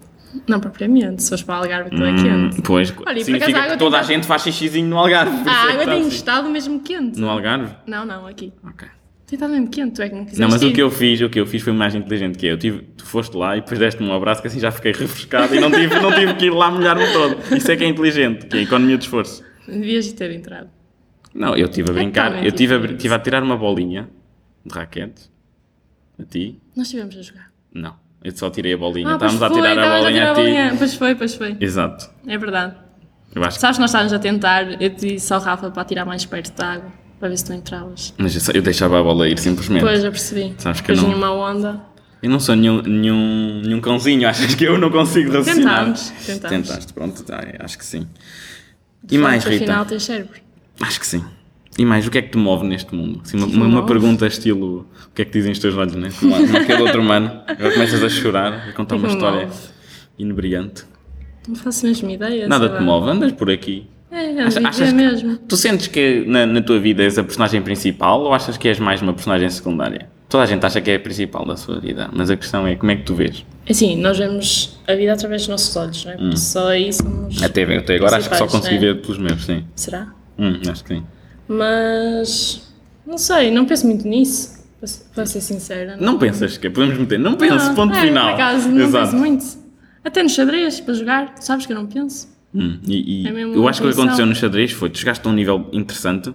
Não propriamente, se fores para Algarve aquilo é quente.
Hum, pois,
Olha, e por acaso a
significa
água
que toda a
tem- Ah,
gente faz xixizinho no Algarve. por isso é
A
que
água
está
tem
assim. Hum.
estado mesmo quente.
No Algarve?
Não, não, aqui.
Ok.
Tem estado mesmo quente, tu é que não quiseste
Não, mas o
ir.
que eu fiz, o que eu fiz foi mais inteligente que eu. Tive, tu foste lá e depois deste-me um abraço que assim já fiquei [laughs] refrescado e não tive, não tive que ir lá molhar-me todo. Isso é que é inteligente, que é a economia de esforço.
Devias ter entrado.
Não, eu estive a brincar,
É totalmente
eu estive a, br-
diferente.
tive a tirar uma bolinha de raquete a ti.
Nós estivemos a jogar.
Não, eu só tirei a bolinha,
Ah, pois
estávamos a
foi,
tirar a
estavas
bolinha a,
tirar
ti.
Pois foi, pois foi.
Exato.
É verdade.
Eu acho que.
Sabes que nós estávamos a tentar, eu te disse ao Rafa para tirar mais perto da água, para ver se tu entravas.
Mas eu, só- eu deixava a bola ir simplesmente.
Depois eu percebi.
Sabes que
Depois
eu não-
vinha uma onda.
Eu não sou nenhum, nenhum, nenhum cãozinho, [laughs] achas que eu não consigo raciocinar?
Tentámos, tentámos.
Tentaste, pronto, tá, acho que sim.
De
E mais,
facto,
Rita?
Afinal tens cérebro.
Acho que sim. E mais, o que é que te move neste mundo? Assim, uma,
Que
uma- uma
move?
pergunta estilo, o que é que dizem os teus olhos, né? Como, como aquele outro humano. Agora começas a chorar, a contar
Que
uma
que me
história
move?
inebriante.
Não faço mesmo ideia.
Nada
sei
te
lá.
move, andas por aqui.
É, é a
achas
vida
que-
mesmo.
Tu sentes que na, na tua vida és a personagem principal ou achas que és mais uma personagem secundária? Toda a gente acha que é a principal da sua vida, mas a questão é como é que tu vês?
Assim, nós vemos a vida através dos nossos olhos, não é?
Hum.
Porque Só aí somos.
Até, ver- até agora acho que só
Principais,
consegui
é.
ver pelos meus, sim.
Será?
Hum, acho que sim.
Mas. Não sei, não penso muito nisso, para ser- para ser sincera.
Não pensas que é, podemos meter, não penso,
Não,
ponto
é,
final.
Por acaso, não
Exato.
penso muito. Até no xadrez, para jogar, tu sabes que eu não penso.
Hum, e, e
É mesmo
eu
uma
acho que o que
intuição.
aconteceu no xadrez foi tu chegaste a um nível interessante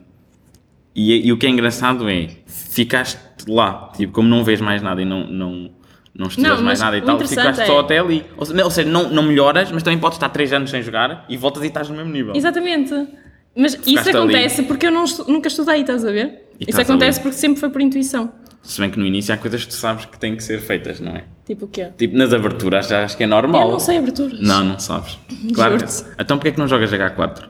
e, e o que é engraçado é ficaste lá, tipo, como não vês mais nada e não, não, não estudas
Não,
mais
mas
nada e
o
tal,
interessante
ficaste
é-
só até ali. Ou se- não- ou seja, não, não melhoras, mas também podes estar 3 anos sem jogar e voltas e estás no mesmo nível.
Exatamente. Mas isso
ali.
acontece porque eu não estu- nunca estudei, estás a ver?
E
isso
estás
acontece
ali.
porque sempre foi por intuição.
Se bem que no início há coisas que tu sabes que têm que ser feitas, não é?
Tipo o quê?
Tipo, nas aberturas já acho que é normal.
Eu não sei aberturas.
Não, não sabes. Claro. que-
Juro-te.
Então porquê é que não jogas H4?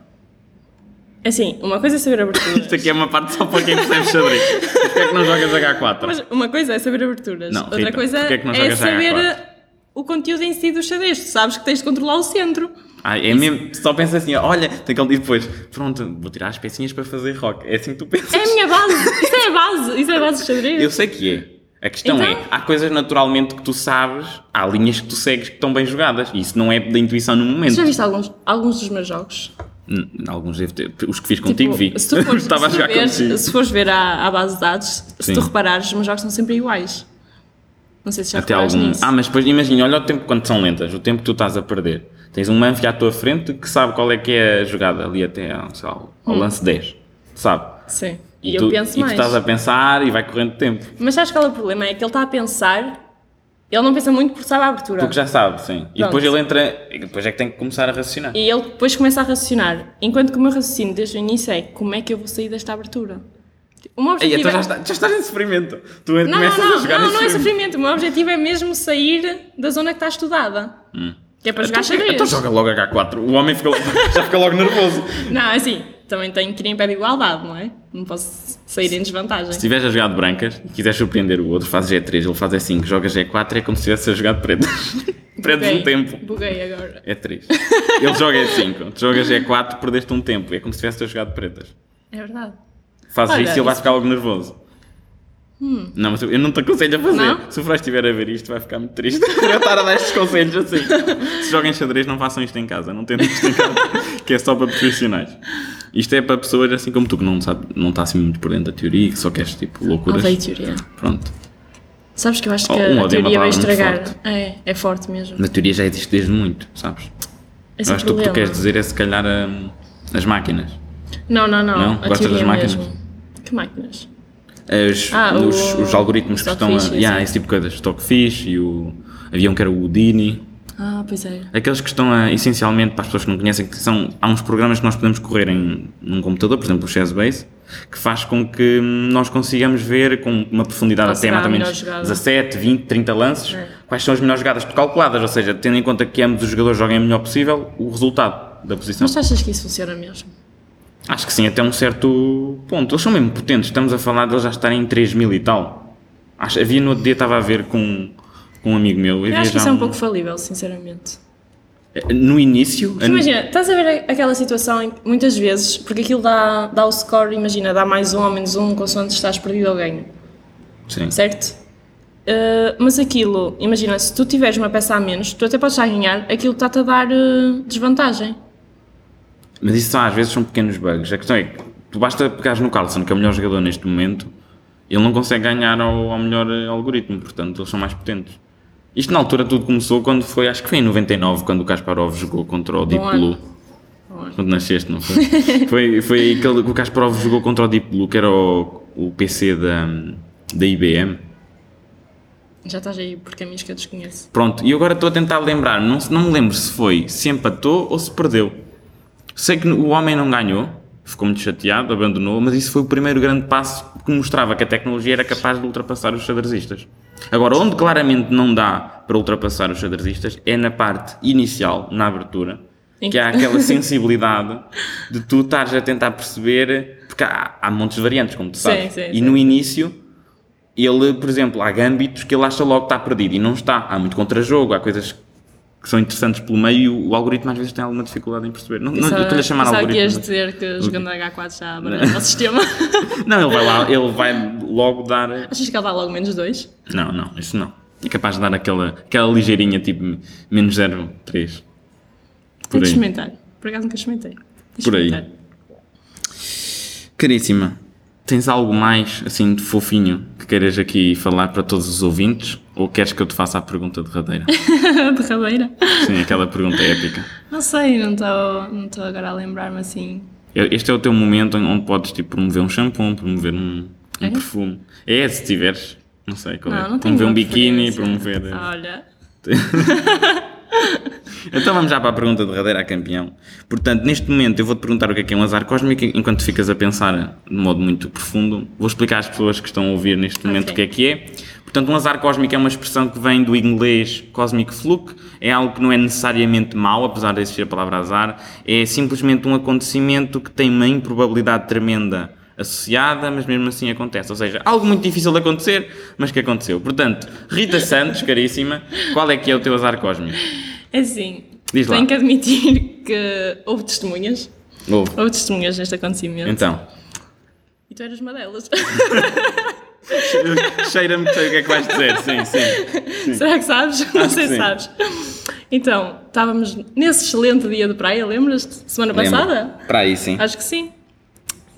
Assim, uma coisa é
[laughs]
saber aberturas.
Isto aqui é uma parte só para quem percebe xadrez. Porquê é que não jogas H4?
Mas uma coisa é saber aberturas.
Não,
Outra
Rita,
coisa
porque é
é,
que não jogas
saber eh,
H4?
o conteúdo em si do xadrez. Tu sabes que tens de controlar o centro.
Ah, é mesmo, só pensa assim, olha, tem que e depois, pronto, vou tirar as pecinhas para fazer rock. É assim que tu pensas.
É a minha base. Isso é a base. Isso é a base do xadrez.
Eu sei que é. A questão
Então?
é, há coisas naturalmente que tu sabes, há linhas que tu segues que estão bem jogadas. E isso não é da intuição no momento.
Já viste alguns, alguns dos meus jogos?
Hum, Alguns devo ter. Os que fiz contigo vi.
Tipo, Se tu fores,
[laughs] Estava a
se tu
jogar
veres-
contigo.
se fores ver à, à base de dados,
Sim.
se tu reparares, os meus jogos são sempre iguais. Não sei se já
Até
reparaste
algum.
nisso.
Ah, mas depois imagina, olha o tempo quanto são lentas, o tempo que tu estás a perder. Tens um manfi à tua frente que sabe qual é que é a jogada ali até ao, sei lá, ao lance 10. Sabe?
Sim.
E,
E,
tu,
Hum. eu penso
e
mais.
tu estás a pensar e vai correndo tempo.
Mas sabes qual é o problema? É que ele está a pensar, ele não pensa muito porque sabe a abertura.
Porque já sabe, sim. E
Pronto.
depois ele entra. e Depois é que tem que começar a raciocinar.
E ele depois começa a raciocinar. Enquanto que o meu raciocínio desde o início é como é que eu vou sair desta abertura? O meu
Ei,
objetivo
então
é...
já, está- já estás em sofrimento. Tu
Não, não,
começas a
não,
jogar
não,
em
não é sofrimento. O meu objetivo é mesmo sair da zona que está estudada. Que é para jogar xadrez.
Hum. Então joga logo H4. O [laughs] homem fica, logo- já fica logo nervoso.
Não, assim, também tenho que ir em pé de igualdade, não é? Não posso sair em desvantagem.
Se tiveres a jogar de brancas e quiseres surpreender o outro, fazes G3, ele faz G5, jogas G4, é como se tivesse a jogar de pretas. [laughs] Perdes
Buguei.
um tempo.
Buguei agora.
É 3. Ele joga E5, tu jogas E4, perdeste um tempo. É como se tivesse a jogar de pretas.
É verdade.
Fazes
Olha, Hum.
isso e ele vai ficar logo nervoso. Não, mas eu não te aconselho a fazer.
Não?
Se o Frost estiver a ver isto, vai ficar muito triste [laughs] por eu estar a dar estes conselhos assim. Se joguem xadrez, não façam isto em casa. Não tentem isto em casa, [laughs] que é só para profissionais. Isto é para pessoas assim como tu, que não, sabe, não está assim muito por dentro da teoria e que só queres tipo loucuras.
Odeio teoria.
Pronto.
Sabes que eu acho que
Oh, um
a
ódio é uma
teoria vai
palavra muito
estragar. É, é forte mesmo.
Na teoria já existe desde muito, sabes?
Esse é
eu
o
acho que o que tu
problema.
queres dizer é se calhar hum, as máquinas.
Não, não, não.
Não?
A
Gostas
teoria
das máquinas?
mesmo. Que máquinas?
As-
Ah, o-
os, os algoritmos que estão a.
Stockfish,
Yeah,
sim.
esse tipo de coisas. Stockfish e o. Havia um que era o Houdini.
Ah, pois é.
Aqueles que estão a, essencialmente, para as pessoas que não conhecem, que são, há uns programas que nós podemos correr em num computador, por exemplo o ChessBase, que faz com que hum, nós consigamos ver com uma profundidade
Qual
até
será
mais ou
a melhor
menos
jogada?
17, 20, 30 lances,
É.
quais são as melhores jogadas calculadas, ou seja, tendo em conta que ambos os jogadores joguem o melhor possível, o resultado da posição.
Mas tu achas que isso funciona mesmo?
Acho que sim, até um certo ponto. Eles são mesmo potentes, estamos a falar deles já estarem em 3 mil e tal. Acho, havia no outro dia, estava a ver com, com um amigo meu.
Eu
havia
acho que
já
isso é
um-
um pouco falível, sinceramente.
No início,
Mas imagina, estás a ver aquela situação em que muitas vezes, porque aquilo dá, dá o score, imagina, dá mais um ou menos um, consoante se estás perdido ou ganho,
Sim.
certo? Uh, mas aquilo, imagina, se tu tiveres uma peça a menos, tu até podes estar a ganhar, aquilo está-te a dar uh, desvantagem.
Mas isso só às vezes são pequenos bugs. A questão é que tu basta pegares no Carlson, que é o melhor jogador neste momento, ele não consegue ganhar ao, ao melhor eh, algoritmo, portanto eles são mais potentes. Isto na altura tudo começou quando foi, acho que foi em 99, quando o Kasparov jogou contra o Deep
ano.
Blue.
Bom,
Quando nasceste, não foi? foi foi aí que ele- que o Kasparov jogou contra o Deep Blue, que era o, o PC da, da IBM.
Já estás aí é por caminhos que eu desconheço.
Pronto, e agora estou a tentar lembrar, não, se- não me lembro se foi, se empatou ou se perdeu. Sei que o homem não ganhou, ficou muito chateado, abandonou, mas isso foi o primeiro grande passo que mostrava que a tecnologia era capaz de ultrapassar os xadrezistas. Agora, onde claramente não dá para ultrapassar os xadrezistas é na parte inicial, na abertura,
Em
que há
que- [laughs]
aquela sensibilidade de tu estares a tentar perceber, porque há, há montes de variantes, como tu sabes,
Sim, sim,
e
sim.
no início ele, por exemplo, há gâmbitos que ele acha logo que está perdido e não está. Há muito contrajogo, há coisas que são interessantes pelo meio e o, o algoritmo às vezes tem alguma dificuldade em perceber. Não,
é-
não, é? eu estou-lhe a chamar
Pensava que
algoritmo.
ias
mas-
dizer que jogando H4 já abandonava
[laughs]
o sistema.
Não, ele vai lá, ele vai logo dar.
Achas que ele dá logo menos dois?
Não, não, isso não. É capaz de dar aquela, aquela ligeirinha tipo menos 0,3.
Tenho
Por
que
aí.
experimentar. Por acaso nunca experimentei. Tenho que
Por aí.
experimentar.
Caríssima, tens algo mais assim de fofinho que queiras aqui falar para todos os ouvintes? Ou queres que eu te faça a pergunta derradeira?
[laughs] Derradeira.
Sim, aquela pergunta épica.
Não sei, não estou não tô agora a lembrar-me assim.
Este é o teu momento onde podes tipo, promover um shampoo, promover um, um
É?
perfume. É, se tiveres. Não sei qual é.
Não, não tenho Ah,
promover um
boa
biquíni,
preferência.
promover. eh,
Olha,
Então vamos já para a pergunta derradeira a campeão. Portanto, neste momento eu vou-te perguntar o que é que é um azar cósmico, enquanto ficas a pensar de modo muito profundo. Vou explicar às pessoas que estão a ouvir neste momento
Ok.
o que é que é. Portanto, um azar cósmico é uma expressão que vem do inglês cosmic fluke, é algo que não é necessariamente mau, apesar de existir a palavra azar, é simplesmente um acontecimento que tem uma improbabilidade tremenda associada, mas mesmo assim acontece. Ou seja, algo muito difícil de acontecer, mas que aconteceu. Portanto, Rita Santos, caríssima, qual é que é o teu azar cósmico?
é assim,
Diz lá.
tenho que admitir que houve testemunhas.
Ouve.
Houve testemunhas neste acontecimento.
Então,
E tu eras uma delas.
[laughs] cheira-me que sei o que é que vais dizer, sim, sim.
[laughs] Será que sabes? Não
Acho que
sei se
sim.
sabes. Então, estávamos nesse excelente dia de praia, lembras-te? Semana passada?
Para aí, sim.
Acho que sim.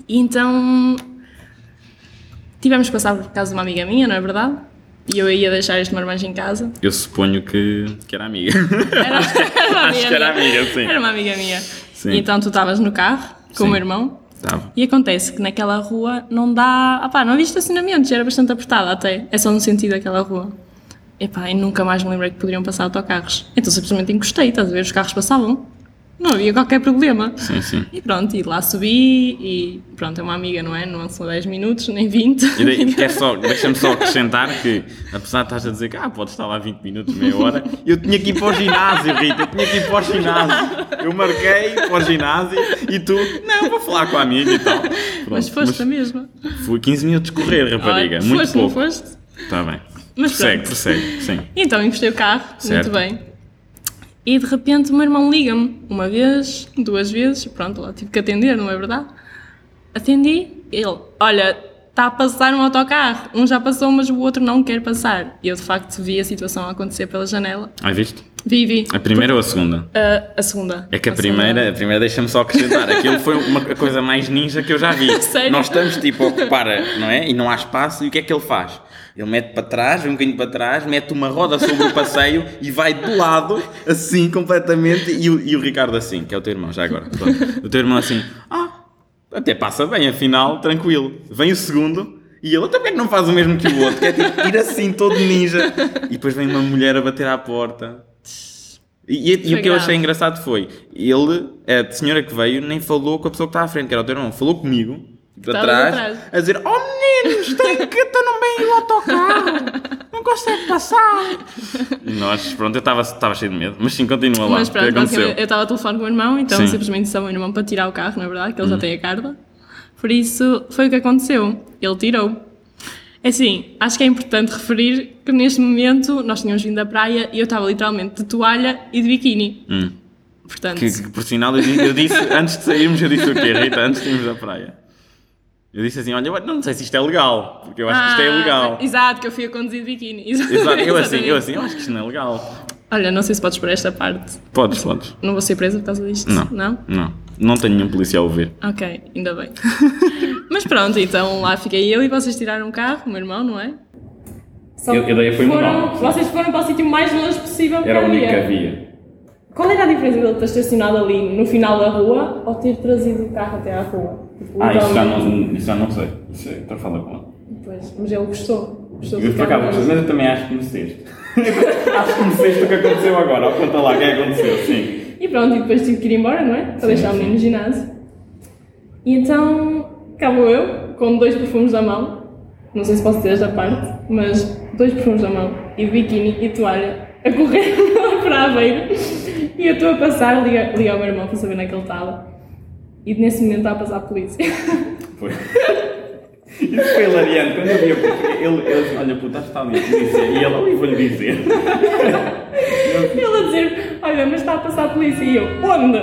E então tivemos que passar por casa de uma amiga minha, não é verdade? E eu ia deixar este marmanjo em casa.
Eu suponho que, que era [laughs] amiga.
Era, era uma
[laughs] Acho que era amiga, sim.
Era uma amiga minha.
Sim.
E então tu estavas no carro com o
Sim.
meu irmão.
Estava.
E acontece que naquela rua não dá. Opá, não havia estacionamentos, era bastante apertada até. É só no sentido daquela rua. Epá, e nunca mais me lembrei que poderiam passar autocarros. Então simplesmente encostei, estás a ver? Os carros passavam. não havia qualquer problema.
Sim, sim.
E pronto, e lá subi e pronto, é uma amiga, não é? Não são 10 minutos, nem Então, 20.
E
[laughs]
daí, é quer só, deixa-me só acrescentar que, apesar de estás a dizer que ah, pode estar lá 20 minutos, meia hora, eu tinha que ir para o ginásio, Rita, eu tinha que ir para o ginásio. Eu marquei para o ginásio e tu, não, vou falar com a amiga e tal. Pronto,
mas foste a mesma.
Fui 15 minutos correr, rapariga,
Olha,
muito
foste,
pouco.
não foste?
Está bem.
Mas
persegue,
pronto.
persegue, sim.
Então emprestei o carro,
Certo.
muito bem. E de repente o meu irmão liga-me uma vez, duas vezes, pronto, lá tive que atender, não é verdade? Atendi, ele, olha, está a passar um autocarro, um já passou, mas o outro não quer passar. E eu de facto vi a situação a acontecer pela janela.
Ah, viste?
Vi, vi.
A primeira ou a segunda?
Ah, a segunda.
É que a
segunda.
primeira, a primeira deixa-me só acrescentar, aquilo foi uma a coisa mais ninja que eu já vi.
Sério?
Nós estamos tipo a ocupar, não é? E não há espaço, e o que é que ele faz? Ele mete para trás, um bocadinho para trás, mete uma roda sobre o passeio e vai do lado, assim, completamente, e o, e o Ricardo assim, que é o teu irmão, já agora. pronto. O teu irmão assim, ah, até passa bem, afinal, tranquilo. Vem o segundo e ele também não faz o mesmo que o outro, que é tipo ir assim todo ninja. E depois vem uma mulher a bater à porta. E, e- e o
Foi
que eu
grave.
achei engraçado foi, ele, a senhora que veio, nem falou com a pessoa que está à frente, que era o teu irmão, falou comigo, de
Estavas
atrás,
atrás.
a dizer, oh meninos, tem que estou no meio do autocarro, não consegue passar. E nós, pronto, eu estava estava cheio de medo, mas sim, continua lá,
Mas
o
pronto,
que aconteceu?
basicamente eu estava a telefone com o meu irmão, então
Sim. Hum.
simplesmente disse ao meu irmão para tirar o carro, na verdade, que ele já tem a carta. Por isso, foi o que aconteceu. Ele tirou. Assim, acho que é importante referir que neste momento nós tínhamos vindo da praia e eu estava literalmente de toalha e de biquíni.
Hum.
Portanto,
Que, que, por sinal, eu disse, eu disse- antes de sairmos, eu disse o quê, Rita? Antes de irmos à praia. Eu disse assim, olha, eu não sei se isto é legal, porque eu acho que isto é
Ah,
ilegal.
Exato, que eu fui a conduzir de biquíni. Exato,
Exato, eu assim, eu
exatamente.
assim, eu acho que isto não é legal.
Olha, não sei se podes por esta parte.
Podes, podes.
Não vou ser presa por causa disto?
Não.
Não?
Não. Não tenho nenhum policial a ouvir.
Ok, ainda bem. [laughs] Mas pronto, então lá fiquei eu e vocês tiraram o carro, o meu irmão, não é? Só
Eu- eu daí fui
foram,
monólogo.
Vocês foram para o sítio mais longe possível que
havia.
Qual era a diferença dele ter estacionado ali no final da rua ou ter trazido o carro até à rua? Tipo, literalmente.
Ah, isso já não sei. Isso é para falar com ela.
Pois, mas ele gostou. Gostou
Eu,
do
por acaso,
carro.
mas eu também acho que conheceste. [laughs] acho que conheceste o que aconteceu agora. Conta lá o que é que aconteceu, sim.
E pronto, e depois tive que ir embora, não é? Para deixar o menino no ginásio. E então, cá vou eu, com dois perfumes da mão. Não sei se posso ter esta parte, mas dois perfumes da mão e biquíni e toalha a correr [laughs] para a beira. E eu estou a passar, liga, liga ao meu irmão para saber onde é que ele estava. E nesse momento está a passar a polícia. [laughs]
Foi. Isso foi hilariante. Quando eu vi, porque ele, ele disse, olha, puta, acho que está ali a polícia. E ele, ali vou-lhe dizer.
ele a dizer: Olha, mas está a passar a polícia. E eu: Onde?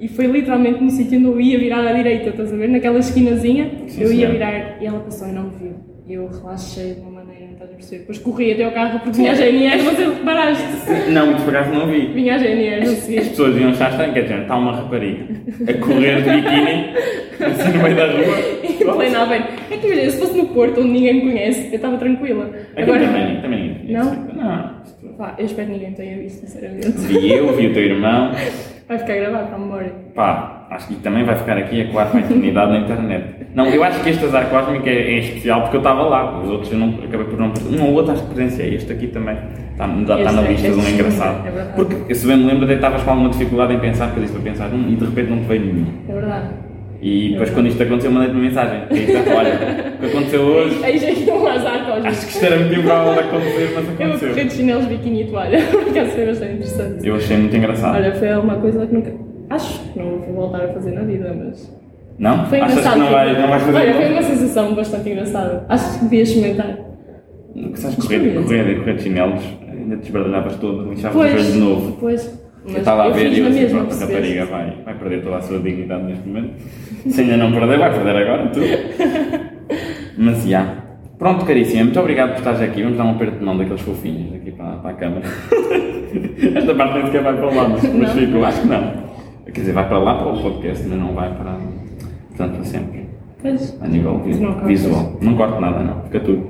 E foi literalmente no sítio onde eu ia virar à direita, estás a ver? Naquela esquinazinha,
Sim,
eu ia
senhora.
virar e ela passou e não me viu. E eu relaxei de uma maneira, não estás a perceber? Depois corri até ao carro porque vinha a GNR, mas eu reparaste.
Não, por acaso não vi.
Vinha a GNR, não
As
seguiste.
pessoas deviam estar estranhas, quer dizer, está uma rapariga a correr de biquíni, assim no meio da
E
rua. [laughs]
falei: Não, bem. É que imagina, se fosse no Porto onde ninguém me conhece, eu estava tranquila.
Aqui É também, também.
Não?
Não. isto-
Pá, eu espero que ninguém tenha visto, sinceramente.
Vi eu, vi o teu irmão.
Vai ficar gravado para a memória.
Pá, acho que também vai ficar aqui a coar para a eternidade na internet. Não, eu acho que este azar cósmico é, é especial porque eu estava lá. Os outros eu não, acabei por não... Um ou outro acho que presenciei. Este aqui também está, está
Este
na
é-
lista de um
este é
engraçado.
verdade.
Porque, se bem me lembro, até estavas com alguma dificuldade em pensar, porque eu disse para pensar num e de repente não te veio nenhum.
É verdade.
E depois quando isto aconteceu mandei-te uma mensagem. Rita, olha, o que aconteceu hoje...
Aí já ia um azar cósmico.
Acho que isto era muito improvável de acontecer, mas
Eu vou correr
aconteceu.
de chinelos, biquíni e toalha, [laughs] porque acho que foi bastante interessante.
Eu achei muito engraçado.
Olha, foi uma coisa que nunca. Acho que não vou voltar a fazer na vida, mas.
Não?
Foi
Achas que
engraçado. tipo,
não vais, não vais fazer?
Olha, foi uma sensação bastante engraçada. Acho que devias experimentar.
Que sabes correr, correr, correr de chinelos, ainda te esbardalhavas todo, lixavas o joelho
Pois.
de novo.
Pois.
Eu estava a ver
fiz
e eu
na
assim,
mesma,
pronto, a
percebes?
rapariga vai, vai perder toda a sua dignidade neste momento. Se ainda não perder, vai perder agora tudo. Mas já. Pronto, caríssima, muito obrigado por estares aqui. Vamos dar um aperto de mão daqueles fofinhos aqui para, para a câmara. [laughs] Esta parte nem sequer vai para lá, mas, mas
Não.
fica, eu acho que não. Quer dizer, vai para lá para o podcast, mas não vai para. Portanto, para sempre
Pois.
a nível vi-
Não cortas.
visual. Não corto nada, não, fica tudo.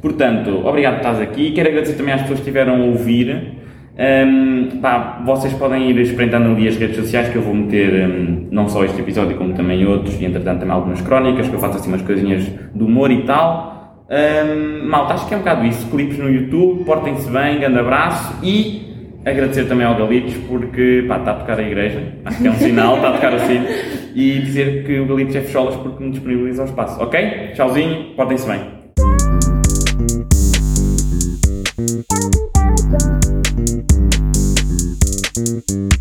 Portanto, obrigado por estás aqui. Quero agradecer também às pessoas que estiveram a ouvir. Ahm, pá, vocês podem ir experimentando ali as redes sociais que eu vou meter ahm, não só este episódio como também outros e entretanto também algumas crónicas que eu faço assim umas coisinhas de humor e tal Hum, Ahm, malta, acho que é um bocado isso clipes no YouTube, portem-se bem, grande abraço e Agradecer também ao Galitos porque pá, está a tocar a igreja, acho que é um sinal, está a tocar o sino. E dizer que o Galitos é fecholas porque me disponibiliza o espaço, ok? Tchauzinho, portem-se bem.
Thank you.